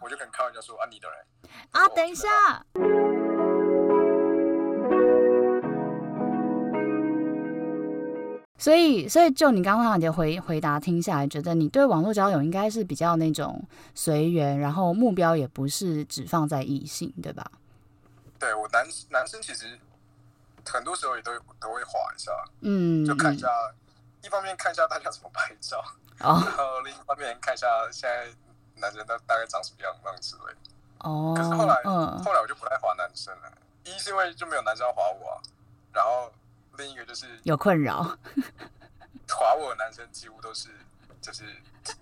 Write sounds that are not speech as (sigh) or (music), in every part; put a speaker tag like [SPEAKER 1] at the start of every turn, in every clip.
[SPEAKER 1] 我就跟开玩笑说啊，你的人
[SPEAKER 2] 啊，等一，下，所以，所以就你刚刚你的回回答听下来，觉得你对网络交友应该是比较那种随缘，然后目标也不是只放在异性，对吧？
[SPEAKER 1] 对我男男生其实很多时候也都都会滑一下，
[SPEAKER 2] 嗯，
[SPEAKER 1] 就看一
[SPEAKER 2] 嗯
[SPEAKER 1] 下，一方面看一下大家怎么拍照，
[SPEAKER 2] 哦
[SPEAKER 1] 然后另一方面看一下现在男生大大概长什么样样之类的。
[SPEAKER 2] 哦，
[SPEAKER 1] 可是后来
[SPEAKER 2] 嗯，
[SPEAKER 1] 后来我就不太滑男生了，一是因为就没有男生要滑我、啊，然后另一个就是
[SPEAKER 2] 有困
[SPEAKER 1] (laughs)
[SPEAKER 2] 扰，
[SPEAKER 1] 滑我的男生几乎都是就是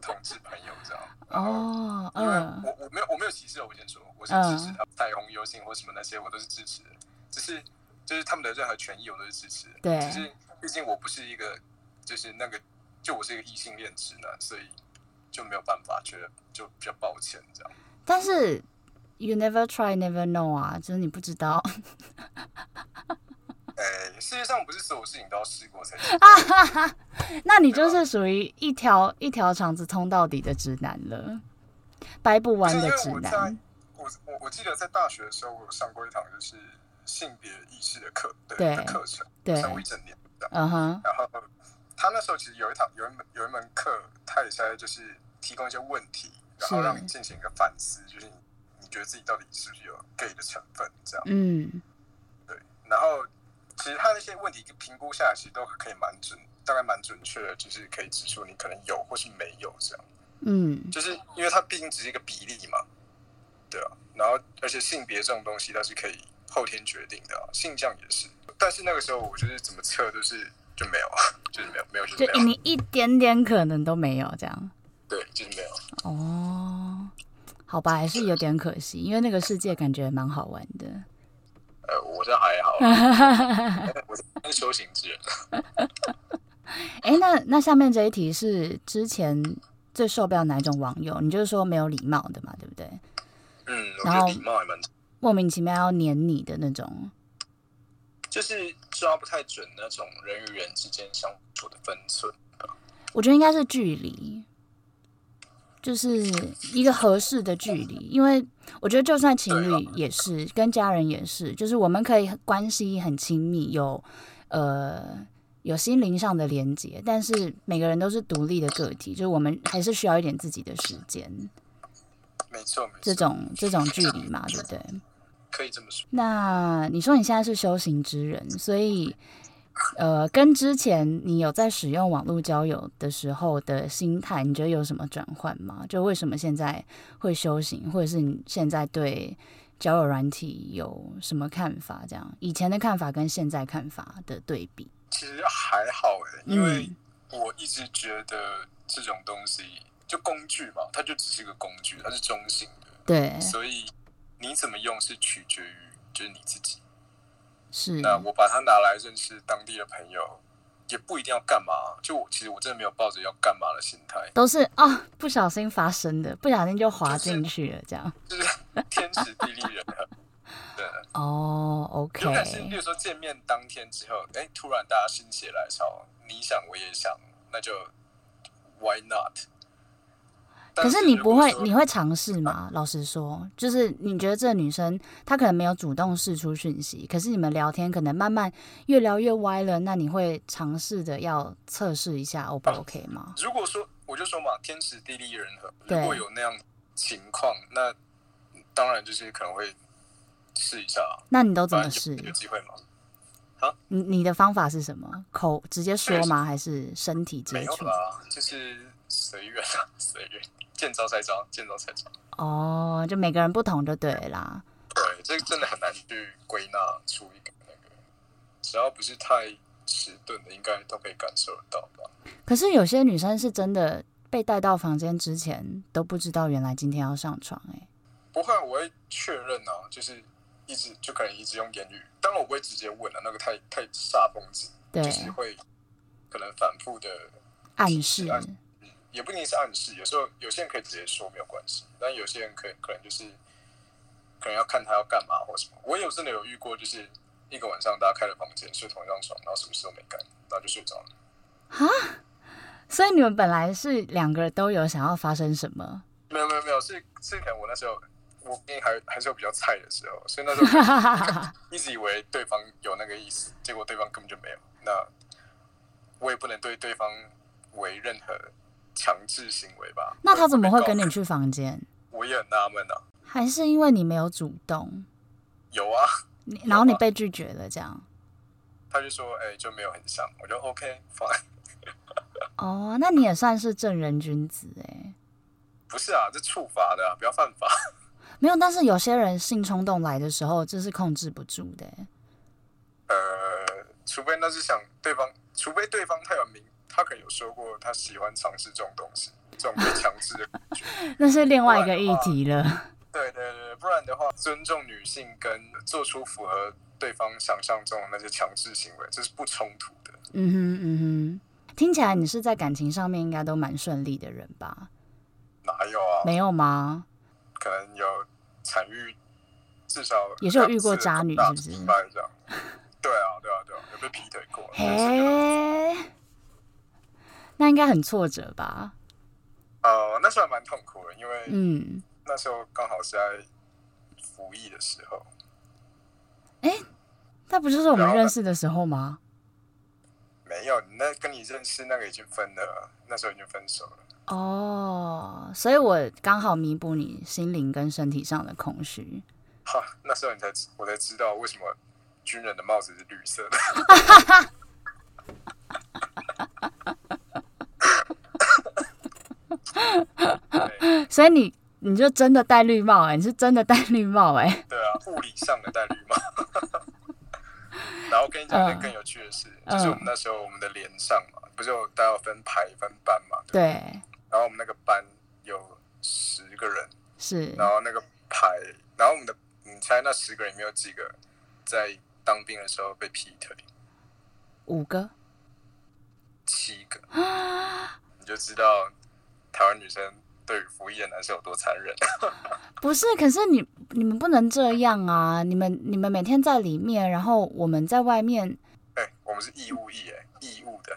[SPEAKER 1] 同志朋友这样。然后
[SPEAKER 2] 哦，
[SPEAKER 1] 因为
[SPEAKER 2] 嗯，
[SPEAKER 1] 我我没有我没有歧视，啊我先说我是
[SPEAKER 2] 嗯
[SPEAKER 1] 支持他们彩虹游行或什么那些我都是支持的，只是就是他们的任何权益我都是支持的。
[SPEAKER 2] 对
[SPEAKER 1] 只是毕竟我不是一个就是那个就我是一个异性恋直男，所以就没有办法，觉得就比较抱歉这样。
[SPEAKER 2] 但是 you never try never know 啊，就是你不知道，
[SPEAKER 1] 哎、世界上不是所有事情都要试过才知道。
[SPEAKER 2] 那你就是属于一条一条肠子通到底的直男了，掰不
[SPEAKER 1] 是
[SPEAKER 2] 弯
[SPEAKER 1] 因
[SPEAKER 2] 的
[SPEAKER 1] 为
[SPEAKER 2] 直
[SPEAKER 1] 我在
[SPEAKER 2] 男。
[SPEAKER 1] 我我我记得在大学的时候，我有上过一堂就是性别意识的课的
[SPEAKER 2] 对
[SPEAKER 1] 的课程，
[SPEAKER 2] 对，
[SPEAKER 1] 上过一整年这样。
[SPEAKER 2] 嗯哼，
[SPEAKER 1] 然后呃他那时候其实有一堂有一门有一门课，他也是在就是提供一些问题，然后
[SPEAKER 2] 是
[SPEAKER 1] 让你进行一个反思，就是你你觉得自己到底是不是有 gay 的成分这样。
[SPEAKER 2] 嗯，
[SPEAKER 1] 对，然后其实他那些问题评估下来，其实都可以蛮准，大概蛮准确的，就是可以指出你可能有或是没有这样。
[SPEAKER 2] 嗯，
[SPEAKER 1] 就是因为它毕竟只是一个比例嘛，对啊。然后，而且性别这种东西它是可以后天决定的、啊，性向也是。但是那个时候我就是怎么测都是就没有 (laughs) 啊，就是没有，没有就是
[SPEAKER 2] 就
[SPEAKER 1] 没有，
[SPEAKER 2] 你一点点可能都没有这样。
[SPEAKER 1] 对，就是没有。
[SPEAKER 2] 哦，好吧，还是有点可惜，因为那个世界感觉蛮好玩的。
[SPEAKER 1] 呃，我这还
[SPEAKER 2] (laughs)
[SPEAKER 1] 好，我是修行之人。
[SPEAKER 2] 哎、那那下面这一题是之前最受不了哪一种网友？你就是说没有礼貌的嘛，对不对？
[SPEAKER 1] 嗯，我
[SPEAKER 2] 然
[SPEAKER 1] 觉
[SPEAKER 2] 后
[SPEAKER 1] 得礼貌还蛮，
[SPEAKER 2] 莫名其妙要黏你的那种。
[SPEAKER 1] 就是抓不太准那种人与人之间相处的分寸。
[SPEAKER 2] 我觉得应该是距离，就是一个合适的距离。因为我觉得，就算情
[SPEAKER 1] 对
[SPEAKER 2] 侣也是，跟家人也是，就是我们可以关系很亲密，有呃有心灵上的连接，但是每个人都是独立的个体，就是我们还是需要一点自己的时间。
[SPEAKER 1] 没错，没错，
[SPEAKER 2] 这种这种距离嘛，对不对？
[SPEAKER 1] 可以这么说。
[SPEAKER 2] 那你说你现在是修行之人，所以呃，跟之前你有在使用网络交友的时候的心态，你觉得有什么转换吗？就为什么现在会修行，或者是你现在对交友软体有什么看法？这样以前的看法跟现在看法的对比，
[SPEAKER 1] 其实还好哎、因为、
[SPEAKER 2] 嗯
[SPEAKER 1] 我一直觉得这种东西就工具嘛，它就只是个工具，它是中性的，
[SPEAKER 2] 对，
[SPEAKER 1] 所以你怎么用是取决于就是你自己。
[SPEAKER 2] 是，
[SPEAKER 1] 那我把它拿来认识当地的朋友，也不一定要干嘛。就我其实我真的没有抱着要干嘛的心态，
[SPEAKER 2] 都是啊、哦，不小心发生的，不小心就滑进去了，这样。
[SPEAKER 1] 就是 (laughs) 天时地利人和。对，
[SPEAKER 2] 哦
[SPEAKER 1] 就但是比
[SPEAKER 2] ，OK，
[SPEAKER 1] 如说见面当天之后，哎，突然大家心血来潮，你想我也想，那就 why not？
[SPEAKER 2] 可
[SPEAKER 1] 但
[SPEAKER 2] 是你
[SPEAKER 1] 如
[SPEAKER 2] 不
[SPEAKER 1] 果
[SPEAKER 2] 会，
[SPEAKER 1] 说
[SPEAKER 2] 你会尝试吗？老实说，就是你觉得这女生她可能没有主动释出讯息，可是你们聊天可能慢慢越聊越歪了，那你会尝试的要测试一下 O
[SPEAKER 1] 啊
[SPEAKER 2] 不 OK 吗？
[SPEAKER 1] 如果说我就说嘛，天时地利人和，
[SPEAKER 2] 对
[SPEAKER 1] 如果有那样情况，那当然就是可能会试一下啊，
[SPEAKER 2] 那你都怎
[SPEAKER 1] 反
[SPEAKER 2] 么
[SPEAKER 1] 正就
[SPEAKER 2] 试？
[SPEAKER 1] 有机会嘛。
[SPEAKER 2] 你你的方法是什么？口直接说吗？还是身体接
[SPEAKER 1] 没有
[SPEAKER 2] 触？
[SPEAKER 1] 啦，就是随缘啊，随缘，见招拆招，见招拆招。
[SPEAKER 2] 哦，就每个人不同就对了啦。
[SPEAKER 1] 对，这个真的很难去归纳出一个那个，只要不是太迟钝的，应该都可以感受得到吧。
[SPEAKER 2] 可是有些女生是真的被带到房间之前都不知道原来今天要上床、欸，
[SPEAKER 1] 不会，啊我会确认啊，就是一直就可能一直用言语，当然我不会直接问啊，那个太太煞风景。
[SPEAKER 2] 对
[SPEAKER 1] 就，是会可能反复的，
[SPEAKER 2] 暗示。
[SPEAKER 1] 暗示也不一定是暗示，有时候有些人可以直接说没有关系，但有些人可可能就是可能要看他要干嘛或什么。我也有真的有遇过，就是一个晚上大家开了房间睡同一张床，然后什么事都没干，然后就睡着了。
[SPEAKER 2] 所以你们本来是两个人都有想要发生什么，
[SPEAKER 1] 没有没有没有，是是可能我那时候我毕竟还还是有比较菜的时候，所以那时候一直以为对方有那个意思，结果对方根本就没有。那我也不能对对方为任何强制行为吧？
[SPEAKER 2] 那他怎么会跟
[SPEAKER 1] 被
[SPEAKER 2] 你
[SPEAKER 1] 告？
[SPEAKER 2] 去房间？
[SPEAKER 1] 我也很纳闷啊，
[SPEAKER 2] 还是因为你没有主动，
[SPEAKER 1] 有啊，
[SPEAKER 2] 你然后你被拒绝了这样？
[SPEAKER 1] 他就说哎、就没有很像，我就 OK fine，
[SPEAKER 2] 哦，那你也算是正人君子哎、
[SPEAKER 1] 不是啊，这处罚的、啊，不要犯法。
[SPEAKER 2] 没有，但是有些人性冲动来的时候，这是控制不住的、欸。
[SPEAKER 1] 呃，除非那是想对方，除非对方太有名，他可能有说过他喜欢尝试这种东西，这种被强制的感觉。
[SPEAKER 2] (laughs) 那是另外一个议题了。
[SPEAKER 1] 对对对，不然的话，尊重女性跟做出符合对方想象中的那些强制行为，这是不冲突的。
[SPEAKER 2] 嗯哼嗯哼，听起来你是在感情上面应该都蛮顺利的人吧？
[SPEAKER 1] 哪有啊？
[SPEAKER 2] 没有吗？
[SPEAKER 1] 可能有产育，至少
[SPEAKER 2] 也是有遇过渣女
[SPEAKER 1] 两
[SPEAKER 2] 是
[SPEAKER 1] 次
[SPEAKER 2] 不是
[SPEAKER 1] 失败这
[SPEAKER 2] (laughs)
[SPEAKER 1] 样。对啊，对啊，对啊，有被劈腿过。
[SPEAKER 2] 嘿
[SPEAKER 1] 但是可能，
[SPEAKER 2] 那应该很挫折吧？
[SPEAKER 1] 呃，那时候还蛮痛苦的，因为
[SPEAKER 2] 嗯，
[SPEAKER 1] 那时候刚好是在服役的时候。
[SPEAKER 2] 那不就是我
[SPEAKER 1] 然
[SPEAKER 2] 们
[SPEAKER 1] 后呢
[SPEAKER 2] 认识的时候吗？
[SPEAKER 1] 没有，你那跟你认识那个已经分了，那时候已经分手了。
[SPEAKER 2] 哦，所以我刚好弥补你心灵跟身体上的空虚。
[SPEAKER 1] 哈，那时候你才知我才知道为什么军人的帽子是绿色的。对
[SPEAKER 2] 所以你你就真的戴绿帽哎、你是真的戴绿帽哎、
[SPEAKER 1] 对啊，物理上的戴绿帽。 (laughs) 然后我跟你讲一件更有趣的事，
[SPEAKER 2] 嗯
[SPEAKER 1] 就是我们那时候我们的连上嘛，不是有大家有分排分班嘛？不。
[SPEAKER 2] (laughs) 对，
[SPEAKER 1] 然后我们那个班有十个人，
[SPEAKER 2] 是
[SPEAKER 1] 然后那个牌，然后我们的，你猜那十个人有没有几个在当兵的时候被劈腿？
[SPEAKER 2] 五个。
[SPEAKER 1] 七个，
[SPEAKER 2] 啊
[SPEAKER 1] 你就知道台湾女生对于服役的男生有多残忍。 (laughs)
[SPEAKER 2] 不是，可是你你们不能这样啊！你们你们每天在里面，然后我们在外面。
[SPEAKER 1] 哎、我们是义务役、哎，义务的。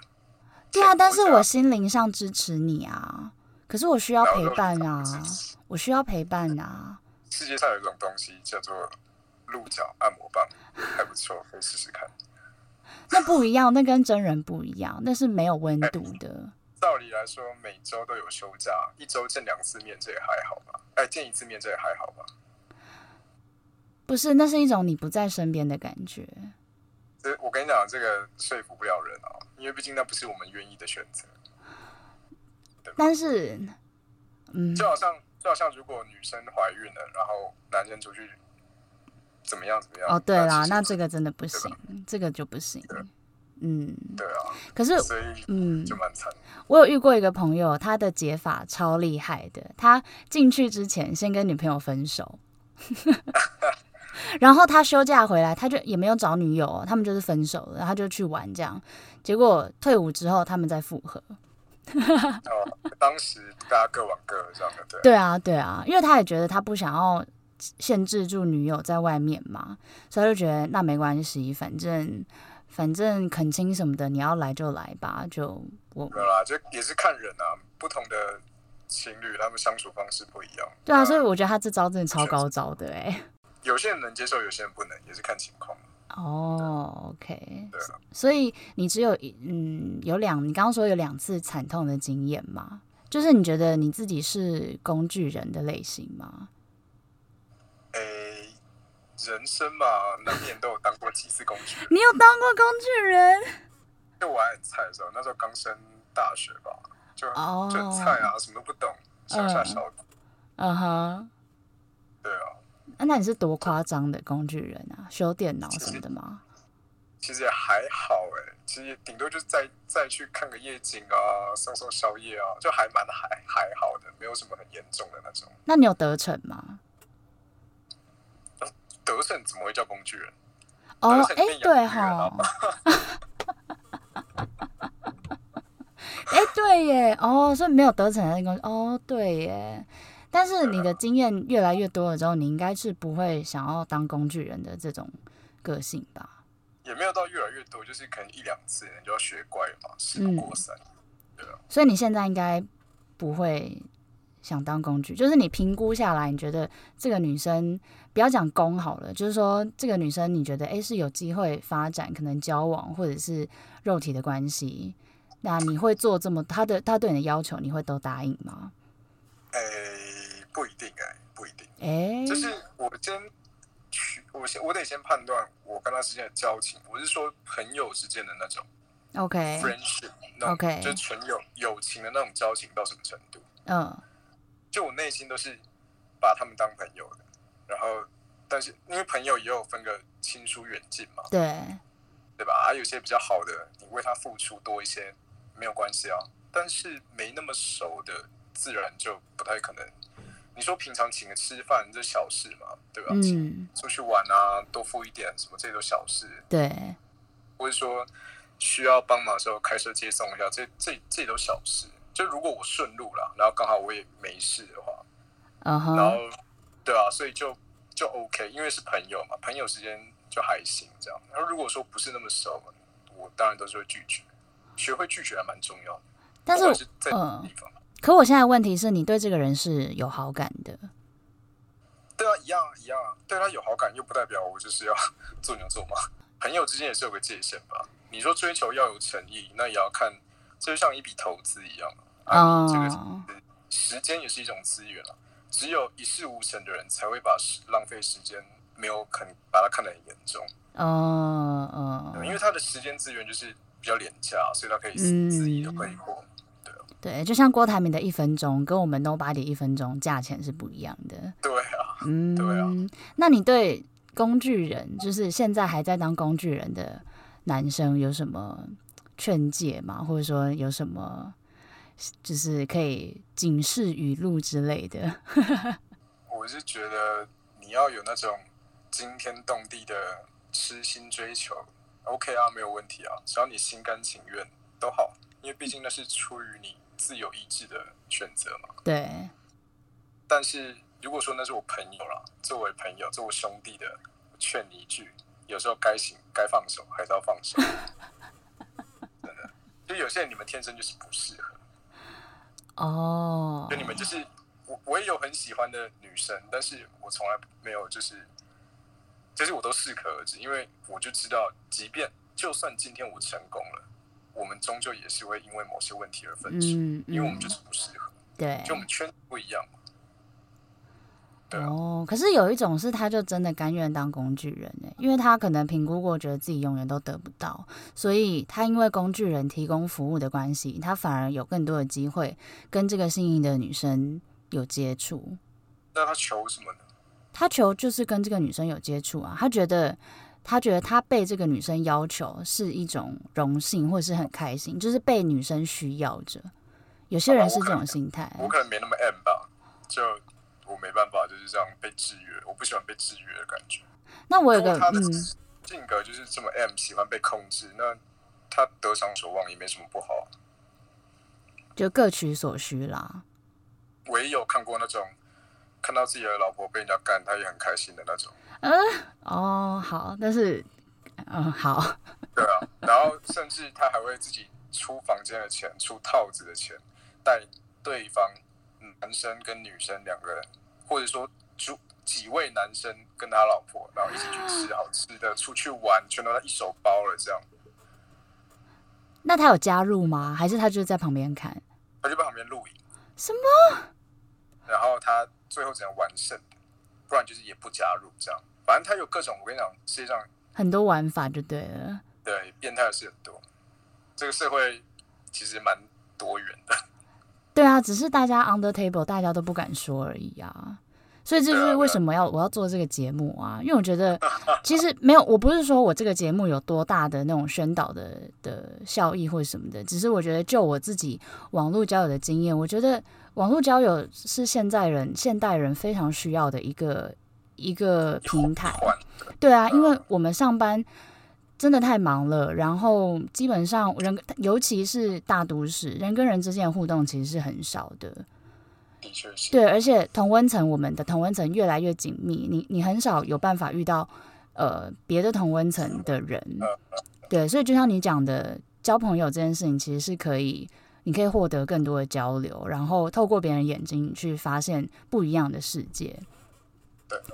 [SPEAKER 2] 对
[SPEAKER 1] 全国
[SPEAKER 2] 啊，但是我
[SPEAKER 1] 家
[SPEAKER 2] 心灵上支持你啊，可是我需要
[SPEAKER 1] 然后
[SPEAKER 2] 陪
[SPEAKER 1] 肉体
[SPEAKER 2] 伴
[SPEAKER 1] 上
[SPEAKER 2] 啊
[SPEAKER 1] 不，支持
[SPEAKER 2] 我需要陪伴啊。
[SPEAKER 1] 世界上有一种东西叫做鹿角按摩棒，还不错，可以试试看。
[SPEAKER 2] 那不一样，那跟真人不一样，那是没有温度的。
[SPEAKER 1] 照理来说，每周都有休假，一周见两次面，这也还好吧？哎、见一次面这也还好吧？
[SPEAKER 2] 不是，那是一种你不在身边的感觉。
[SPEAKER 1] 这我跟你讲，这个说服不了人啊，因为毕竟那不是我们愿意的选择。
[SPEAKER 2] 但是，嗯，
[SPEAKER 1] 就好像就好像如果女生怀孕了，然后男生出去怎么样怎么样？
[SPEAKER 2] 哦，对啦，
[SPEAKER 1] 其实
[SPEAKER 2] 那这个真的不行，这个就不行。嗯，
[SPEAKER 1] 对啊，
[SPEAKER 2] 可是，
[SPEAKER 1] 所以
[SPEAKER 2] 嗯，
[SPEAKER 1] 就蛮惨的。
[SPEAKER 2] 我有遇过一个朋友，他的解法超厉害的。他进去之前先跟女朋友分手， (laughs) 然后他休假回来，他就也没有找女友哦，他们就是分手了，然后他就去玩这样。结果退伍之后，他们再复合。
[SPEAKER 1] 哦，当时大家各玩各的这样的，对啊。
[SPEAKER 2] 对啊，对啊，因为他也觉得他不想要限制住女友在外面嘛，所以他就觉得那没关系，反正反正恳亲什么的，你要来就来吧，就我
[SPEAKER 1] 没有啦，就也是看人啊，不同的情侣他们相处方式不一样。
[SPEAKER 2] 对啊，
[SPEAKER 1] 那
[SPEAKER 2] 所以我觉得他这招真的超高招的哎、
[SPEAKER 1] 有些人能接受，有些人不能，也是看情况。
[SPEAKER 2] (laughs) 哦，OK，
[SPEAKER 1] 对啊，
[SPEAKER 2] 所以你只有一嗯有两，你刚刚说有两次惨痛的经验嘛？就是你觉得你自己是工具人的类型吗？
[SPEAKER 1] 诶、人生嘛，难免都有当过几次工
[SPEAKER 2] (laughs)
[SPEAKER 1] 具人。
[SPEAKER 2] 你有当过工具人？
[SPEAKER 1] 就我还很菜的时候，那时候刚升大学吧，就、
[SPEAKER 2] 哦
[SPEAKER 1] 就很菜啊啊，什么都不懂，乡下小子。
[SPEAKER 2] 嗯哼，
[SPEAKER 1] 对啊，
[SPEAKER 2] 啊那你是多夸张的工具人啊？修电脑什么的吗？
[SPEAKER 1] 其实也还好哎、其实也顶多就再再去看个夜景啊，送送宵夜啊，就还蛮还还好的，没有什么很严重的那种。
[SPEAKER 2] 那你有得逞吗？
[SPEAKER 1] 德胜怎么会叫工具人？
[SPEAKER 2] 哦，
[SPEAKER 1] 逞
[SPEAKER 2] 哎、
[SPEAKER 1] 变
[SPEAKER 2] 对
[SPEAKER 1] 养鱼了
[SPEAKER 2] 哈， (laughs) 哎、对耶，哦，所以没有得逞的工具，哦，对耶。但是你的经验越来越多了之后，你应该是不会想要当工具人的这种个性吧？
[SPEAKER 1] 也没有到越来越多，就是可能一两次你就要学乖了嘛，事不过三。
[SPEAKER 2] 所以你现在应该不会想当工具？就是你评估下来，你觉得这个女生不要讲攻好了，就是说这个女生你觉得诶哎是有机会发展，可能交往或者是肉体的关系，那你会做这么她的她对你的要求，你会都答应吗？
[SPEAKER 1] 诶，哎不一定哎，不一定。
[SPEAKER 2] 诶，
[SPEAKER 1] 就是我先去，我先我得先判断我跟他之间的交情，我是说朋友之间的那种
[SPEAKER 2] o k
[SPEAKER 1] friendship，那种
[SPEAKER 2] 哎 OK
[SPEAKER 1] 就是纯友友情的那种交情到什么程度？
[SPEAKER 2] 嗯
[SPEAKER 1] 就我内心都是把他们当朋友的，然后但是因为朋友也有分个亲疏远近嘛，
[SPEAKER 2] 对，
[SPEAKER 1] 对吧？啊，有些比较好的，你为他付出多一些没有关系啊，但是没那么熟的，自然就不太可能。你说平常请个吃饭这小事嘛，对吧？请
[SPEAKER 2] 嗯
[SPEAKER 1] 出去玩啊，多付一点什么，这些都小事，
[SPEAKER 2] 对，
[SPEAKER 1] 或者说需要帮忙的时候开车接送一下，这这这都小事。就如果我顺路了，然后刚好我也没事的话，
[SPEAKER 2] 嗯哼、
[SPEAKER 1] 然后对啊，所以就就 OK，因为是朋友嘛，朋友之间就还行这样。然后如果说不是那么熟，我当然都是会拒绝，学会拒绝还蛮重要的。
[SPEAKER 2] 但
[SPEAKER 1] 不管
[SPEAKER 2] 是嗯
[SPEAKER 1] 是在哪个地方，
[SPEAKER 2] 可我现在问题是你对这个人是有好感的，
[SPEAKER 1] 对啊，一样啊一样啊，对他有好感，又不代表我就是要 (laughs) 做牛做马。朋友之间也是有个界限吧？你说追求要有诚意，那也要看，这就像一笔投资一样啊。啊这个
[SPEAKER 2] 哦，
[SPEAKER 1] 时间也是一种资源啊，只有一事无成的人才会把时浪费时间没有肯把它看得很严重。
[SPEAKER 2] 哦哦，
[SPEAKER 1] 因为他的时间资源就是比较廉价，所以他可以
[SPEAKER 2] 嗯
[SPEAKER 1] 恣意的挥霍。
[SPEAKER 2] 对，就像郭台铭的一分钟跟我们 Nobody 一分钟价钱是不一样的。
[SPEAKER 1] 对啊，
[SPEAKER 2] 嗯，
[SPEAKER 1] 对啊。
[SPEAKER 2] 那你对工具人，就是现在还在当工具人的男生，有什么劝诫吗？或者说有什么就是可以警示语录之类的？ (laughs)
[SPEAKER 1] 我是觉得你要有那种惊天动地的痴心追求，OK 啊，没有问题啊，只要你心甘情愿都好，因为毕竟那是出于你自由意志的选择嘛。
[SPEAKER 2] 对，
[SPEAKER 1] 但是如果说那是我朋友啦，作为朋友，作为兄弟的，我劝你一句，有时候该行该放手还是要放手。真的，就有些人你们天生就是不适合。
[SPEAKER 2] 哦
[SPEAKER 1] 就，你们就是我，我也有很喜欢的女生，但是我从来没有就是，就是我都适可而止，因为我就知道，即便就算今天我成功了，我们终究也是会因为某些问题而分手，
[SPEAKER 2] 嗯
[SPEAKER 1] 因为我们
[SPEAKER 2] 嗯
[SPEAKER 1] 就，是不适合，
[SPEAKER 2] 对，
[SPEAKER 1] 就我们圈子不一样嘛。对啊
[SPEAKER 2] 哦，可是有一种是，他就真的甘愿当工具人呢，因为他可能评估过，觉得自己永远都得不到，所以他因为工具人提供服务的关系，他反而有更多的机会跟这个心仪的女生有接触。
[SPEAKER 1] 那他求什么呢？
[SPEAKER 2] 他求就是跟这个女生有接触啊，他觉得他觉得他被这个女生要求是一种荣幸，或者是很开心，就是被女生需要着。有
[SPEAKER 1] 啊
[SPEAKER 2] 些人是这种心态，啊
[SPEAKER 1] 我可能没那么 M 吧，就我没办法就是这样被制约，我不喜欢被制约的感觉。
[SPEAKER 2] 那我有
[SPEAKER 1] 如
[SPEAKER 2] 个
[SPEAKER 1] 果他的
[SPEAKER 2] 嗯。
[SPEAKER 1] 性格就是这么 M，喜欢被控制，那他得偿所望也没什么不好啊。
[SPEAKER 2] 就各取所需啦。
[SPEAKER 1] 我也有看过那种看到自己的老婆被人家干，他也很开心的那种。
[SPEAKER 2] 哦，好，但是，嗯，好，
[SPEAKER 1] 对啊， (laughs) 然后甚至他还会自己出房间的钱、出套子的钱，带对方男生跟女生两个人，或者说主几位男生跟他老婆，然后一起去吃好吃的、出去玩，全都他一手包了这样。
[SPEAKER 2] 那他有加入吗？还是他就是在旁边看？
[SPEAKER 1] 他就在旁边录影。
[SPEAKER 2] 什么？
[SPEAKER 1] 然后他最后只能完胜，不然就是也不加入这样。反正他有各种，我跟你讲，世界上
[SPEAKER 2] 很多玩法就对了。
[SPEAKER 1] 对变态的事很多。这个社会其实蛮多元的，
[SPEAKER 2] 对啊，只是大家 under table，大家都不敢说而已啊。所以这就是为什么要我要做这个节目啊，因为我觉得其实没有，我不是说我这个节目有多大的那种宣导的的效益或什么的，只是我觉得就我自己网络交友的经验，我觉得网络交友是现在人现代人非常需要的一个一个平台
[SPEAKER 1] 一。环一环
[SPEAKER 2] 对啊，因为我们上班真的太忙了，然后基本上人，尤其是大都市，人跟人之间的互动其实是很少的。
[SPEAKER 1] 的确是。
[SPEAKER 2] 对，而且同温层，我们的同温层越来越紧密，你你很少有办法遇到呃别的同温层的人。
[SPEAKER 1] 呃，
[SPEAKER 2] 对，所以就像你讲的，交朋友这件事情其实是可以你可以获得更多的交流，然后透过别人眼睛去发现不一样的世界。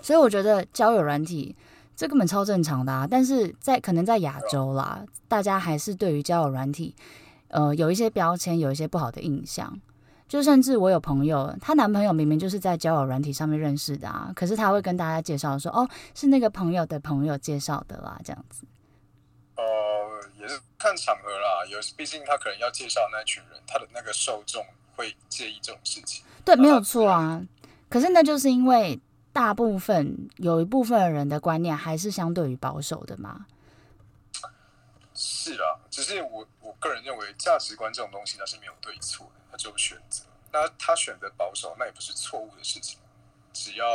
[SPEAKER 2] 所以我觉得交友软体这根本超正常的啊，但是在可能在亚洲啦，大家还是对于交友软体，呃，有一些标签，有一些不好的印象。就甚至我有朋友，她男朋友明明就是在交友软体上面认识的啊，可是他会跟大家介绍说，哦，是那个朋友的朋友介绍的啦，这样子。
[SPEAKER 1] 哦，也是看场合啦，有毕竟他可能要介绍那群人，他的那个受众会介意这种事情。
[SPEAKER 2] 对，没有错啊。可是那就是因为大部分有一部分人的观念还是相对于保守的嘛。
[SPEAKER 1] 是啦，只是我我个人认为价值观这种东西它是没有对错的，它只有选择。那他选择保守，那也不是错误的事情，只要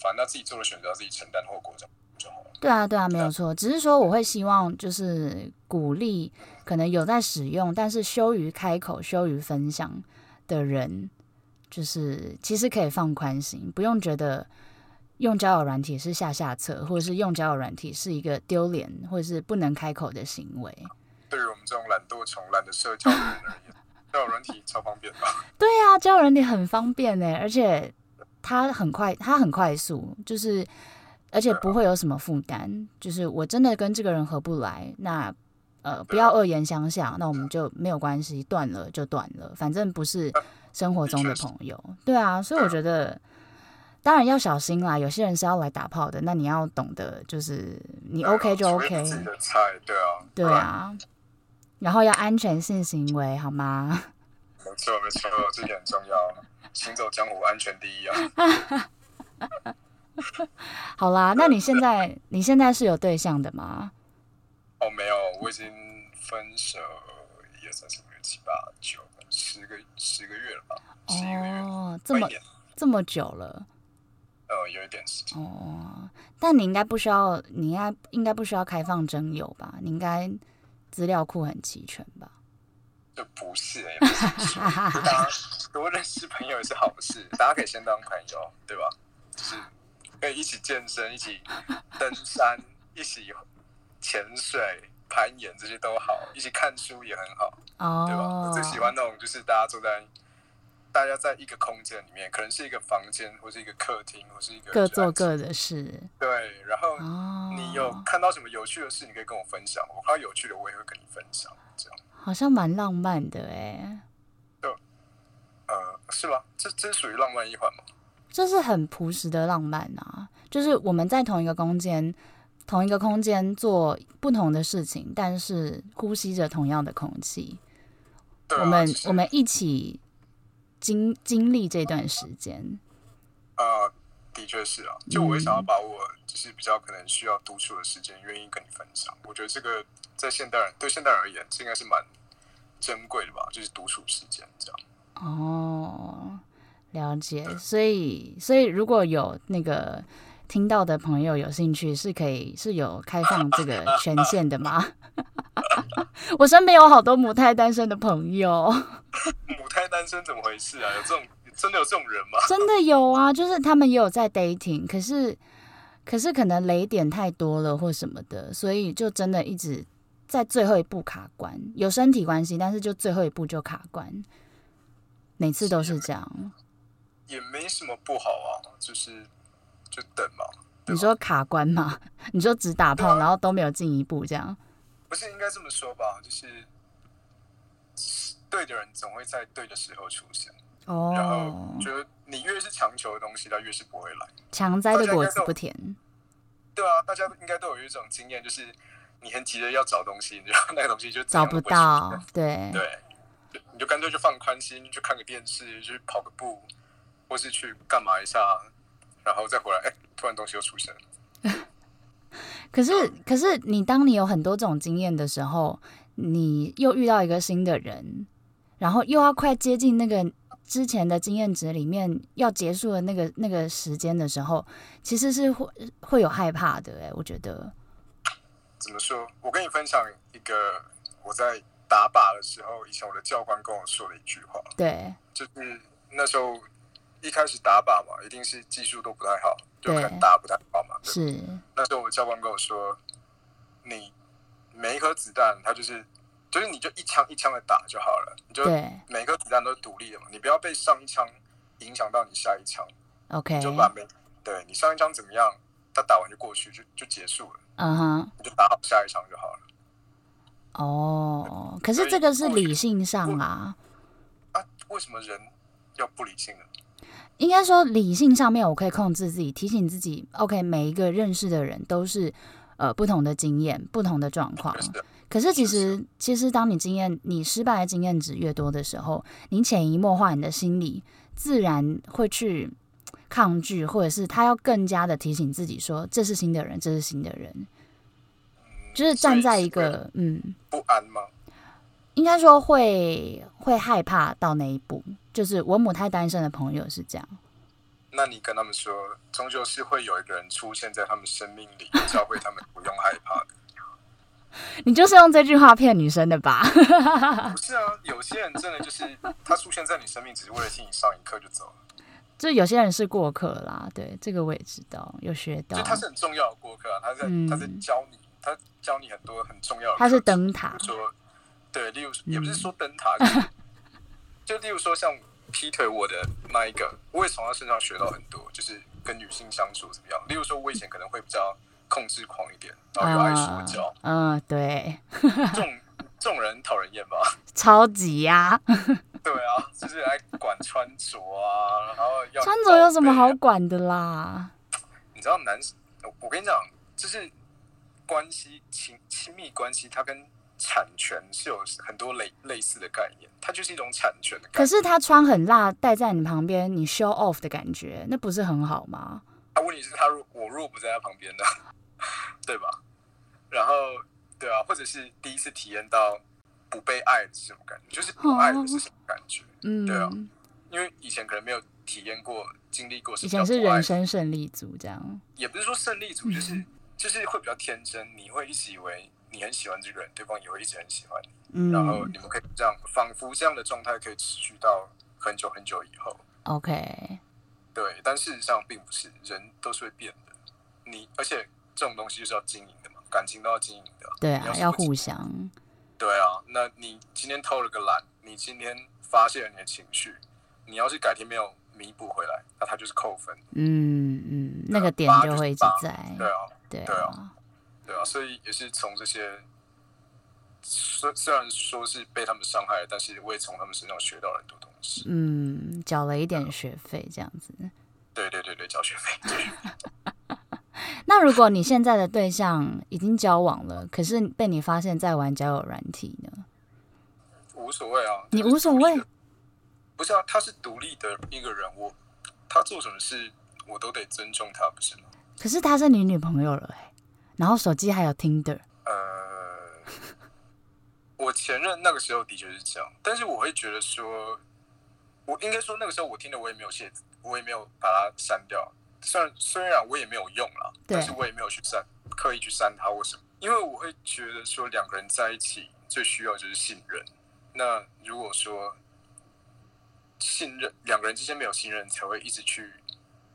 [SPEAKER 1] 反正他自己做了选择，他自己承担后果就就好了。
[SPEAKER 2] 对啊，对啊，没有错。只是说我会希望就是鼓励可能有在使用，但是羞于开口、羞于分享的人，就是其实可以放宽心，不用觉得用交友软体是下下策，或者是用交友软体是一个丢脸或者是不能开口的行为。
[SPEAKER 1] 对于我们这种懒惰虫、懒得社交的人而言，交友软体超方便的。
[SPEAKER 2] 对啊，交友软体很方便呢，而且它很快，它很快速，就是而且不会有什么负担。就是我真的跟这个人合不来，那呃不要恶言相向，那我们就没有关系，断了就断了，反正不是生活中的朋友。对啊，所以我觉得。当然要小心啦，有些人是要来打炮的，那你要懂得，就是你 OK 就
[SPEAKER 1] 除
[SPEAKER 2] OK，
[SPEAKER 1] 非啊自己的菜，对啊，
[SPEAKER 2] 对啊，然后要安全性行为好吗？
[SPEAKER 1] 没错，没错，这点很重要。行走江湖，安全第一啊！
[SPEAKER 2] 好啦，那你现在你现在是有对象的吗？
[SPEAKER 1] 哦，没有，我已经分手一二三四五六七八九十个十个月了吧？十一个月，
[SPEAKER 2] 哦，这
[SPEAKER 1] 快一
[SPEAKER 2] 么
[SPEAKER 1] 点，
[SPEAKER 2] 这么久了
[SPEAKER 1] 呃，有一点时间。
[SPEAKER 2] 哦，但你应该不需要，你应该应该不需要开放征友吧？你应该资料库很齐全吧？
[SPEAKER 1] 就不是、欸，也不是很
[SPEAKER 2] (laughs)
[SPEAKER 1] 熟就大家多认识朋友也是好事，大家可以先当朋友，对吧？就是可以一起健身，一起登山，一起潜水、攀岩，这些都好，一起看书也很好，对吧？
[SPEAKER 2] 哦
[SPEAKER 1] 我，最喜欢那种就是大家坐在。大家在一个空间里面，可能是一个房间，或是一个客厅，或是一个
[SPEAKER 2] 各做
[SPEAKER 1] 安
[SPEAKER 2] 各的事
[SPEAKER 1] 静对。然后
[SPEAKER 2] 哦。
[SPEAKER 1] 你有看到什么有趣的事，你可以跟我分享。我看到有趣的，我也会跟你分享。这样，
[SPEAKER 2] 好像蛮浪漫的哎，
[SPEAKER 1] 呃，是吗？这这是属于浪漫一环吗？
[SPEAKER 2] 就是很朴实的浪漫啊，就是我们在同一个空间。同一个空间做不同的事情，但是呼吸着同样的空气，
[SPEAKER 1] 对啊
[SPEAKER 2] 我们
[SPEAKER 1] 就是
[SPEAKER 2] 我们一起经经历这段时间。
[SPEAKER 1] 呃，的确是啊，就我也
[SPEAKER 2] 嗯
[SPEAKER 1] 想要把我就是比较可能需要独处的时间，愿意跟你分享。我觉得这个在现代人对现代人而言，这应该是蛮珍贵的吧，就是独处时间这样。
[SPEAKER 2] 哦，了解。所以，所以如果有那个听到的朋友有兴趣，是可以是有开放这个权限的吗？ (laughs) 我身边有好多母胎单身的朋友，
[SPEAKER 1] 母胎单身怎么回事啊？有这种真的有这种人吗？
[SPEAKER 2] 真的有啊，就是他们也有在 dating，可是可是可能雷点太多了或什么的，所以就真的一直在最后一步卡关，有身体关系，但是就最后一步就卡关，每次都是这样。
[SPEAKER 1] 也没什么不好啊，就是就等嘛。
[SPEAKER 2] 你说卡关吗？ (laughs) 你说只打炮，然后都没有进一步这样？
[SPEAKER 1] 不是应该这么说吧？就是对的人总会在对的时候出现，然
[SPEAKER 2] 哦
[SPEAKER 1] 后，觉得你越是强求的东西，它越是不会来。
[SPEAKER 2] 强摘的果子不甜。
[SPEAKER 1] 对啊，大家应该都有一种经验，就是你很急着要找东西，然后那个东西就 (laughs) 怎
[SPEAKER 2] 找
[SPEAKER 1] 样都
[SPEAKER 2] 不
[SPEAKER 1] 会出
[SPEAKER 2] 到
[SPEAKER 1] 现，
[SPEAKER 2] 对，
[SPEAKER 1] 对，就你就干脆就放宽心，去看个电视，去跑个步，或是去干嘛一下，然后再回来，哎，突然东西又出现了。
[SPEAKER 2] 可是，可是你当你有很多这种经验的时候，你又遇到一个新的人，然后又要快接近那个之前的经验值里面要结束的那个那个时间的时候，其实是会会有害怕的、欸。我觉得，
[SPEAKER 1] 怎么说？我跟你分享一个我在打靶的时候，以前我的教官跟我说的一句话，
[SPEAKER 2] 对
[SPEAKER 1] 就是那时候一开始打靶嘛，一定是技术都不太好，就可
[SPEAKER 2] 对
[SPEAKER 1] 能打不太好嘛，对吧
[SPEAKER 2] 是
[SPEAKER 1] 那时候我教官跟我说，你每一颗子弹，它就是就是你就一枪一枪的打就好了，你就
[SPEAKER 2] 对
[SPEAKER 1] 每个子弹都是独立的嘛，你不要被上一枪影响到你下一枪，
[SPEAKER 2] ，OK，
[SPEAKER 1] 你就把每对你上一枪怎么样，他打完就过去就就结束了，
[SPEAKER 2] 嗯哼。
[SPEAKER 1] 你就打好下一枪就好了。
[SPEAKER 2] 哦，可
[SPEAKER 1] 所
[SPEAKER 2] 是
[SPEAKER 1] 以
[SPEAKER 2] 这个是
[SPEAKER 1] 我
[SPEAKER 2] 理性上啦，
[SPEAKER 1] 啊，为什么人要不理性呢？
[SPEAKER 2] 应该说理性上面我可以控制自己，提醒自己，OK，每一个认识的人都是呃不同的经验、不同的状况
[SPEAKER 1] 就。是
[SPEAKER 2] 可是其
[SPEAKER 1] 是
[SPEAKER 2] 实，其实当你经验你失败的经验值越多的时候，你潜移默化你的心理自然会去抗拒，或者是他要更加的提醒自己说，这是新的人，这是新的人，
[SPEAKER 1] 嗯
[SPEAKER 2] 就是站在一
[SPEAKER 1] 所以是会
[SPEAKER 2] 个嗯。
[SPEAKER 1] 不安吗？
[SPEAKER 2] 应该说会会害怕到那一步，就是我母胎单身的朋友是这样，
[SPEAKER 1] 那你跟他们说，终究是会有一个人出现在他们生命里，教会他们不用害怕
[SPEAKER 2] (laughs)
[SPEAKER 1] 的。
[SPEAKER 2] 你就是用这句话骗女生的吧？ (laughs)
[SPEAKER 1] 不是啊，有些人真的就是他出现在你生命，只是为了替你上一课就走了。
[SPEAKER 2] 就有些人是过客啦，对，这个我也知道，有学到
[SPEAKER 1] 就，他是很重要的过客啊，他在、
[SPEAKER 2] 啊嗯
[SPEAKER 1] 他在教你，他教你很多很重要的课
[SPEAKER 2] 他
[SPEAKER 1] 程。
[SPEAKER 2] 是灯塔
[SPEAKER 1] 比如说，对，例如
[SPEAKER 2] 啊嗯
[SPEAKER 1] 也不是说灯塔，就是
[SPEAKER 2] (laughs)
[SPEAKER 1] 就例如说像劈腿我的那一个，我也从他身上学到很多，就是跟女性相处怎么样。例如说，我以前可能会比较控制狂一点，然后又爱说教，
[SPEAKER 2] 嗯、呃对，
[SPEAKER 1] 这种这种人很讨人厌吧？
[SPEAKER 2] 超级呀、
[SPEAKER 1] 对啊，就是爱管穿着啊，然后要
[SPEAKER 2] 穿着有什么
[SPEAKER 1] 报备啊
[SPEAKER 2] 好管的啦？
[SPEAKER 1] 你知道男生，我我跟你讲，就是关系亲亲密关系，它跟产权是有很多类类似的概念，它就是一种产权的概
[SPEAKER 2] 可
[SPEAKER 1] 念。
[SPEAKER 2] 是他穿很辣，戴在你旁边，你 show off 的感觉，那不是很好吗？
[SPEAKER 1] 他问题是他如我若不在他旁边呢， (laughs) 对吧？然后对啊，或者是第一次体验到不被爱是什么感觉，就是不爱的是什么感觉？
[SPEAKER 2] 嗯，
[SPEAKER 1] 对啊因为以前可能没有体验过、经历过什
[SPEAKER 2] 以
[SPEAKER 1] 么叫
[SPEAKER 2] 前是
[SPEAKER 1] 不爱
[SPEAKER 2] 人，生嗯胜利组这样，
[SPEAKER 1] 也不是说胜利组，就是就是会比较天真，你会一直以为你很喜欢这个人，对方也会一直很喜欢你。然后
[SPEAKER 2] 嗯
[SPEAKER 1] 你们可以这样，仿佛这样的状态可以持续到很久很久以后。
[SPEAKER 2] ，OK，
[SPEAKER 1] 对，但事实上并不是，人都是会变的。你而且这种东西就是要经营的嘛，感情都要经营的。
[SPEAKER 2] 对
[SPEAKER 1] 你
[SPEAKER 2] 啊，
[SPEAKER 1] 是
[SPEAKER 2] 要
[SPEAKER 1] 不经
[SPEAKER 2] 互相。
[SPEAKER 1] 对啊，那你今天偷了个懒，你今天发泄了你的情绪，你要是改天没有弥补回来，那它就是扣分。
[SPEAKER 2] 嗯，嗯，那
[SPEAKER 1] 对
[SPEAKER 2] 个
[SPEAKER 1] 啊
[SPEAKER 2] 点
[SPEAKER 1] 八
[SPEAKER 2] 就
[SPEAKER 1] 就是
[SPEAKER 2] 会一直
[SPEAKER 1] 八
[SPEAKER 2] 在，
[SPEAKER 1] 对啊，
[SPEAKER 2] 对
[SPEAKER 1] 对
[SPEAKER 2] 啊
[SPEAKER 1] 啊，对啊，所以也是从这些。虽虽然说是被他们伤害，但是我也从他们身上学到了很多东西。
[SPEAKER 2] 嗯，缴了一点学费这样子。
[SPEAKER 1] 对对对对，交学费。对
[SPEAKER 2] 那如果你现在的对象已经交往了，可是被你发现在玩交友软体呢？
[SPEAKER 1] 无所谓啊，
[SPEAKER 2] 你
[SPEAKER 1] 就是
[SPEAKER 2] 无所
[SPEAKER 1] 独立
[SPEAKER 2] 谓
[SPEAKER 1] 的，不是啊，他是独立的一个人，我他做什么事我都得尊重他，不是吗？
[SPEAKER 2] 可是她是你女朋友了哎、然后手机还有 Tinder，
[SPEAKER 1] 呃，我前任那个时候的确是这样，但是我会觉得说，我应该说那个时候我听的我也没有卸，我也没有把它删掉，虽然虽然我也没有用啦，
[SPEAKER 2] 对
[SPEAKER 1] 但是我也没有去删，刻意去删它或什么，因为我会觉得说两个人在一起最需要就是信任，那如果说信任两个人之间没有信任，才会一直去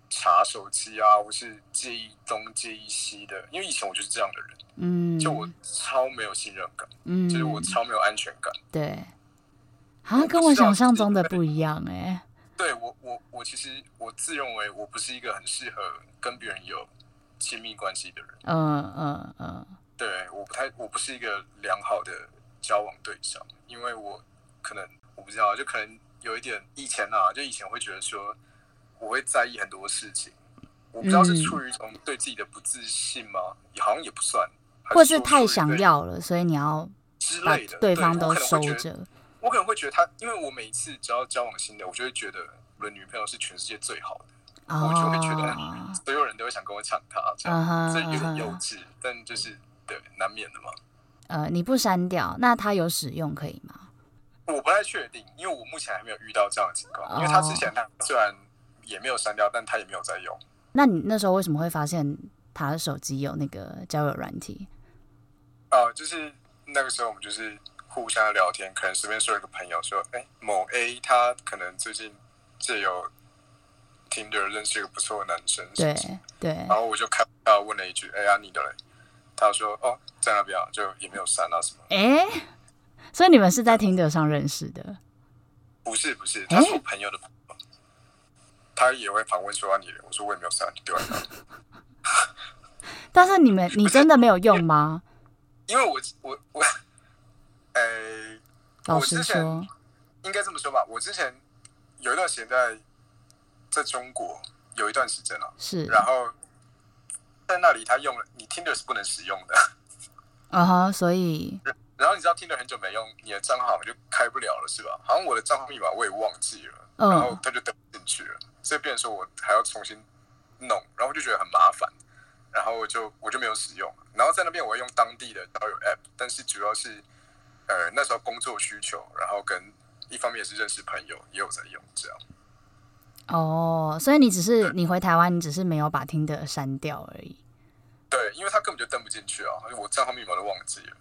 [SPEAKER 1] 查手机啊，或是介意东介意西的。因为以前我就是这样的人，
[SPEAKER 2] 嗯，
[SPEAKER 1] 就我超没有信任感，
[SPEAKER 2] 嗯，
[SPEAKER 1] 就是我超没有安全感。
[SPEAKER 2] 对，好
[SPEAKER 1] 我
[SPEAKER 2] 像
[SPEAKER 1] 不
[SPEAKER 2] 跟我
[SPEAKER 1] 知道
[SPEAKER 2] 想
[SPEAKER 1] 是
[SPEAKER 2] 象
[SPEAKER 1] 不
[SPEAKER 2] 中的
[SPEAKER 1] 是
[SPEAKER 2] 不一样哎、
[SPEAKER 1] 对我，我我其实我自认为我不是一个很适合跟别人有亲密关系的人，
[SPEAKER 2] 嗯嗯嗯，
[SPEAKER 1] 对，我不太，我不是一个良好的交往对象，因为我可能我不知道，就可能有一点以前啊，就以前会觉得说我会在意很多事情，我不知道是
[SPEAKER 2] 嗯
[SPEAKER 1] 出于一种对自己的不自信吗？也好像也不算，还
[SPEAKER 2] 或
[SPEAKER 1] 说
[SPEAKER 2] 是
[SPEAKER 1] 出
[SPEAKER 2] 太
[SPEAKER 1] 于
[SPEAKER 2] 想
[SPEAKER 1] 对
[SPEAKER 2] 要了，所以你要
[SPEAKER 1] 之
[SPEAKER 2] 把
[SPEAKER 1] 类的，
[SPEAKER 2] 对方
[SPEAKER 1] 我
[SPEAKER 2] 都
[SPEAKER 1] 可能
[SPEAKER 2] 收
[SPEAKER 1] 会觉得
[SPEAKER 2] 着，
[SPEAKER 1] 我可能会觉得他，因为我每一次只要交往新的，我就会觉得我的女朋友是全世界最好的，我就会觉
[SPEAKER 2] 哦
[SPEAKER 1] 得，所有人都会想跟我抢她，这
[SPEAKER 2] 啊哈
[SPEAKER 1] 样，这有
[SPEAKER 2] 啊哈
[SPEAKER 1] 点幼稚，但就是对难免的嘛。
[SPEAKER 2] 呃，你不删掉，那他有使用可以吗？
[SPEAKER 1] 我不太确定，因为我目前还没有遇到这样的情况，
[SPEAKER 2] 哦
[SPEAKER 1] 因为他之前他虽然也没有删掉，但他也没有在用。
[SPEAKER 2] 那你那时候为什么会发现他的手机有那个交友软体？
[SPEAKER 1] 啊，就是那个时候我们就是互相聊天，可能随便说一个朋友说，哎、某 A 他可能最近借由 Tinder 认识一个不错的男生，什
[SPEAKER 2] 对
[SPEAKER 1] 么什么
[SPEAKER 2] 对
[SPEAKER 1] 然，后我就开玩笑问了一句：“哎呀，你的嘞？”他说：“哦，在那边啊，就也没有删啊什么。
[SPEAKER 2] 哎、所以你们是在听者上认识的，
[SPEAKER 1] 不是不是，他是我朋友的朋友，他也会访问说啊你，我说我也没有删，你丢在哪？
[SPEAKER 2] 但是你们你真的没有用吗？
[SPEAKER 1] 因为我我我，呃，
[SPEAKER 2] 老
[SPEAKER 1] 我
[SPEAKER 2] 实
[SPEAKER 1] 之前
[SPEAKER 2] 说，
[SPEAKER 1] 应该这么说吧，我之前有一段时间在在中国有一段时间了，
[SPEAKER 2] 是
[SPEAKER 1] 然后在那里他用了，你 Tinder 是不能使用的，
[SPEAKER 2] 啊哈，所以
[SPEAKER 1] 然后你知道 Tinder 很久没用，你的账号就开不了了是吧？好像我的账号密码我也忘记了，然后
[SPEAKER 2] 嗯，
[SPEAKER 1] 他就登不进去了，所以变成说我还要重新弄，然后我就觉得很麻烦，然后我就我就没有使用。然后在那边我会用当地的交友 App，但是主要是呃那时候工作需求，然后跟一方面也是认识朋友，也有在用这样。
[SPEAKER 2] 哦，所以你只是你回台湾，你只是没有把听的删掉而已。
[SPEAKER 1] 对，因为他根本就登不进去啊，我账号密码都忘记了，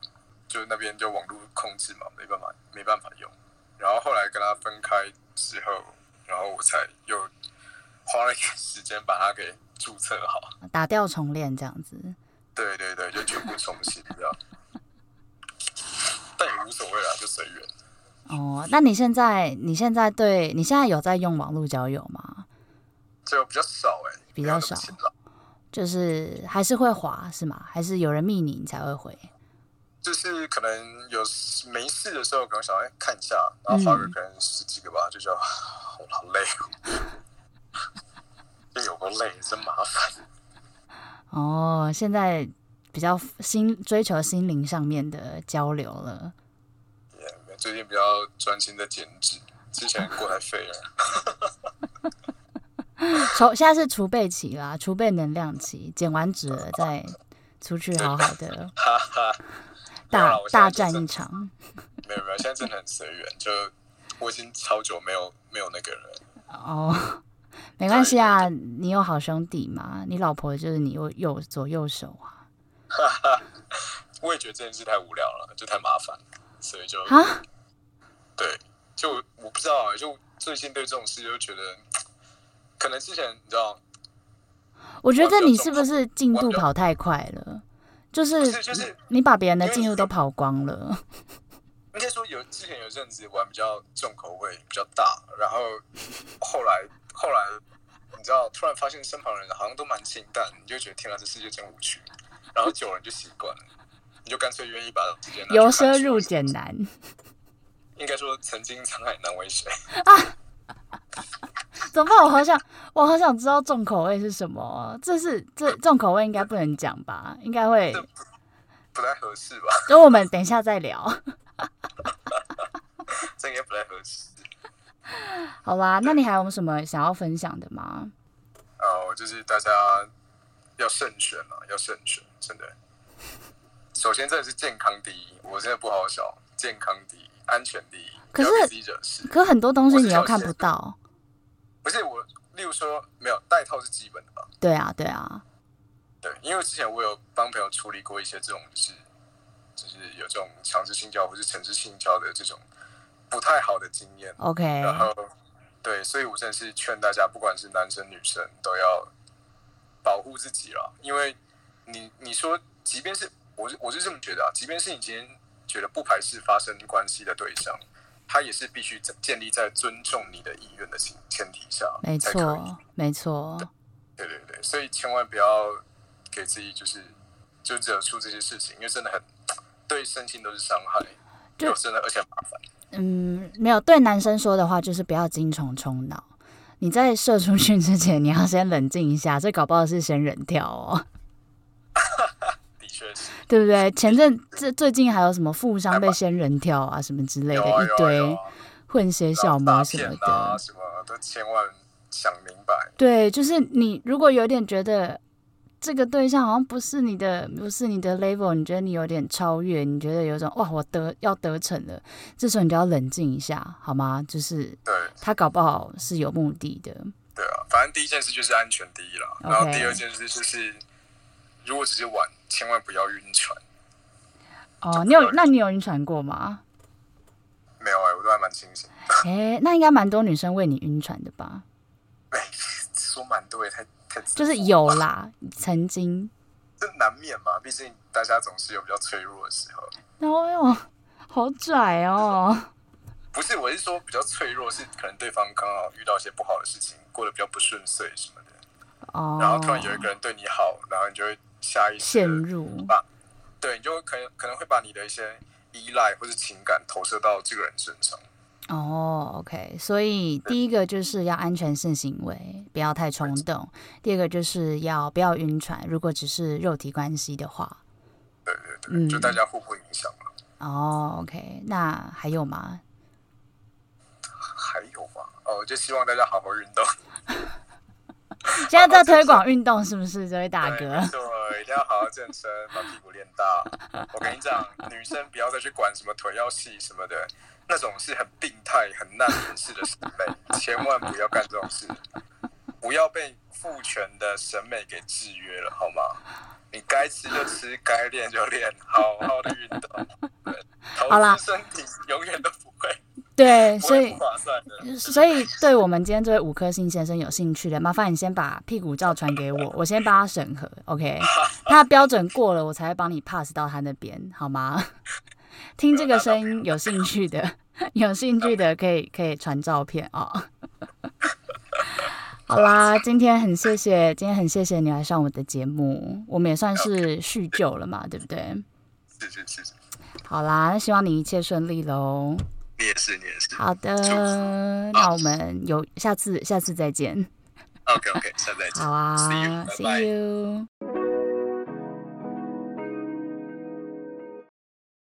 [SPEAKER 1] 就那边就网络控制嘛，没办法没办法用。然后后来跟他分开之后，然后我才又花了一点时间把它给注册好。
[SPEAKER 2] 打掉重练这样子。
[SPEAKER 1] 对对对，就全部重新这样。但也无所谓啦，就随缘。
[SPEAKER 2] 哦，那你现在你现在对你现在有在用网络交友吗？
[SPEAKER 1] 就比较少哎、
[SPEAKER 2] 比
[SPEAKER 1] 没有
[SPEAKER 2] 较
[SPEAKER 1] 那么
[SPEAKER 2] 少
[SPEAKER 1] 勤劳
[SPEAKER 2] 就是还是会滑是吗？还是有人密你你才会回？
[SPEAKER 1] 就是可能有事没事的时候，可能想哎看一下，然
[SPEAKER 2] 嗯
[SPEAKER 1] 后发个可能十几个吧，就觉得啊好好累哦， (laughs) 就有个累，真麻烦。
[SPEAKER 2] 哦，现在比较心追求心灵上面的交流了。
[SPEAKER 1] 也最近比较专心在减脂，之前过太废了。
[SPEAKER 2] 筹现在是储备期啦，储备能量期，减完脂了再出去好好
[SPEAKER 1] (laughs)
[SPEAKER 2] 的
[SPEAKER 1] 没有
[SPEAKER 2] 大
[SPEAKER 1] 啦我现在
[SPEAKER 2] 大
[SPEAKER 1] 就
[SPEAKER 2] 战
[SPEAKER 1] 是
[SPEAKER 2] 一场。
[SPEAKER 1] 没有没有，现在真的很随缘。就我已经超久没有没有那个人了，
[SPEAKER 2] 哦，没关系啊，你有好兄弟嘛，你老婆就是你右右左右手啊。
[SPEAKER 1] 我也觉得这件事太无聊了，就太麻烦了，所以就
[SPEAKER 2] 啊，
[SPEAKER 1] 对，就我不知道啊，就最近对这种事就觉得，可能之前你知道，
[SPEAKER 2] 我觉得你是不是进度跑太快了？就是
[SPEAKER 1] 不是就是
[SPEAKER 2] 你把别人的进度都跑光了。
[SPEAKER 1] 应该说有之前有阵子玩比较重口味比较大，然后后来后来你知道，突然发现身旁的人好像都蛮清淡，你就觉得天啊，这世界真无趣，然后久了你就习惯了。你就干脆愿意把时间拿去
[SPEAKER 2] 由
[SPEAKER 1] 看
[SPEAKER 2] 奢
[SPEAKER 1] 书
[SPEAKER 2] 入俭难，
[SPEAKER 1] 应该说曾经沧海难为水。
[SPEAKER 2] 怎么办？我好想，我好想知道重口味是什么。哦这是这重口味应该不能讲吧？应该会，
[SPEAKER 1] 不太合适吧？
[SPEAKER 2] 就我们等一下再聊。
[SPEAKER 1] 这应该不太合适。
[SPEAKER 2] 好啦，那你还有什么想要分享的吗？
[SPEAKER 1] 哦，就是大家要慎选啊，要慎选，真的。首先，真的是健康第一，我真的不好笑，健康第一，安全第一，
[SPEAKER 2] 可是
[SPEAKER 1] 不要给自己惹事。
[SPEAKER 2] 可很多东西
[SPEAKER 1] 我是
[SPEAKER 2] 你又
[SPEAKER 1] 小
[SPEAKER 2] 看
[SPEAKER 1] 姐
[SPEAKER 2] 不到。
[SPEAKER 1] 不是我，例如说，没有戴套是基本的吧？
[SPEAKER 2] 对啊，对啊，
[SPEAKER 1] 对，因为之前我有帮朋友处理过一些这种，就是就是有这种强制性交或是强制性交的这种不太好的经验。
[SPEAKER 2] OK，
[SPEAKER 1] 然后，对，所以我真的是劝大家，不管是男生女生，都要保护自己了，因为你你说，即便是我是我是这么觉得啊，即便是你今天觉得不排斥发生关系的对象，他也是必须在建立在尊重你的意愿的前前提下，
[SPEAKER 2] 没
[SPEAKER 1] 才可以。
[SPEAKER 2] 错，没错。
[SPEAKER 1] 对对对，所以千万不要给自己就是就惹出这些事情，因为真的很对身心都是伤害，
[SPEAKER 2] 就
[SPEAKER 1] 又真的而且很麻烦。
[SPEAKER 2] 嗯，没有对男生说的话就是不要精虫充脑。你在射出去之前，你要先冷静一下，这搞不好是仙人跳哦， (laughs)
[SPEAKER 1] 的确是
[SPEAKER 2] 对不对？前阵这最近还有什么富商被仙人跳啊，什么之类
[SPEAKER 1] 有
[SPEAKER 2] 的，
[SPEAKER 1] 啊
[SPEAKER 2] 一
[SPEAKER 1] 有啊有
[SPEAKER 2] 堆
[SPEAKER 1] 啊，
[SPEAKER 2] 混血
[SPEAKER 1] 大
[SPEAKER 2] 小魔什
[SPEAKER 1] 片
[SPEAKER 2] 么
[SPEAKER 1] 啊
[SPEAKER 2] 的。
[SPEAKER 1] 什么都千万想明白。
[SPEAKER 2] 对，就是你如果有点觉得这个对象好像不是你的，不是你的 level，你觉得你有点超越，你觉得有一种哇，我得要得逞了，这时候你就要冷静一下，好吗？就是
[SPEAKER 1] 对
[SPEAKER 2] 他搞不好是有目的的。
[SPEAKER 1] 对啊，反正第一件事就是安全第一啦
[SPEAKER 2] OK
[SPEAKER 1] 然后第二件事就是，如果只是玩，千万不要晕船。
[SPEAKER 2] 哦，你有那你有晕船过吗？
[SPEAKER 1] 没有哎、我都还蛮清醒。 (laughs)
[SPEAKER 2] 诶、那应该蛮多女生为你晕船的吧？
[SPEAKER 1] 哎说蛮多也太太自
[SPEAKER 2] 就是
[SPEAKER 1] 负了
[SPEAKER 2] 有啦，曾经。
[SPEAKER 1] 这难免嘛，毕竟大家总是有比较脆弱的时候。
[SPEAKER 2] 然后哎呦，好拽哦！
[SPEAKER 1] 不是，我是说比较脆弱，是可能对方刚好遇到一些不好的事情，过得比较不顺遂什么的，
[SPEAKER 2] 哦，
[SPEAKER 1] 然后突然有一个人对你好，然后你就会下意识
[SPEAKER 2] 陷
[SPEAKER 1] 地
[SPEAKER 2] 入，
[SPEAKER 1] 把，对，你就可能可能会把你的一些依赖或是情感投射到这个人身上。
[SPEAKER 2] 哦，OK，所以第一个就是要安全性行为，不要太冲动；第二个就是要不要晕船，如果只是肉体关系的话。
[SPEAKER 1] 对对对，
[SPEAKER 2] 嗯
[SPEAKER 1] 就大家互不影响了。
[SPEAKER 2] 哦，OK，那还有吗？
[SPEAKER 1] 还有吗？哦，我就希望大家好好运动。
[SPEAKER 2] 现在在推广运动是不是，这位大
[SPEAKER 1] 对，
[SPEAKER 2] 哥
[SPEAKER 1] 没？错，一定要好好健身， (laughs) 把屁股练大。我跟你讲，女生不要再去管什么腿要细什么的，那种是很病态、很难人式的审美，千万不要干这种事，不要被父权的审美给制约了，好吗？你该吃就吃，该练就练，好好的运动。对，
[SPEAKER 2] 好啦
[SPEAKER 1] 投资身体永远都不会，
[SPEAKER 2] 对，
[SPEAKER 1] 不
[SPEAKER 2] 所
[SPEAKER 1] 会
[SPEAKER 2] 以
[SPEAKER 1] 不划算的。
[SPEAKER 2] 所以对我们今天这位五颗星先生有兴趣的，麻烦你先把屁股照传给我，我先帮他审核，OK？他的 (laughs) 标准过了，我才会帮你 pass 到他那边，好吗？ (laughs) 听这个声音有兴趣的，有兴趣的可以可以传照片啊、哦。好啦，今天很谢谢，今天很谢谢你来上我的节目，我们也算是叙旧了嘛，对不对？
[SPEAKER 1] 是是是是，
[SPEAKER 2] 好啦，那希望你一切顺利喽。
[SPEAKER 1] 你也是你也是。
[SPEAKER 2] 好的，
[SPEAKER 1] (laughs)
[SPEAKER 2] 那我们有下次下次再见。
[SPEAKER 1] OK OK，下次再见。
[SPEAKER 2] 好啊
[SPEAKER 1] See you，拜拜
[SPEAKER 2] you。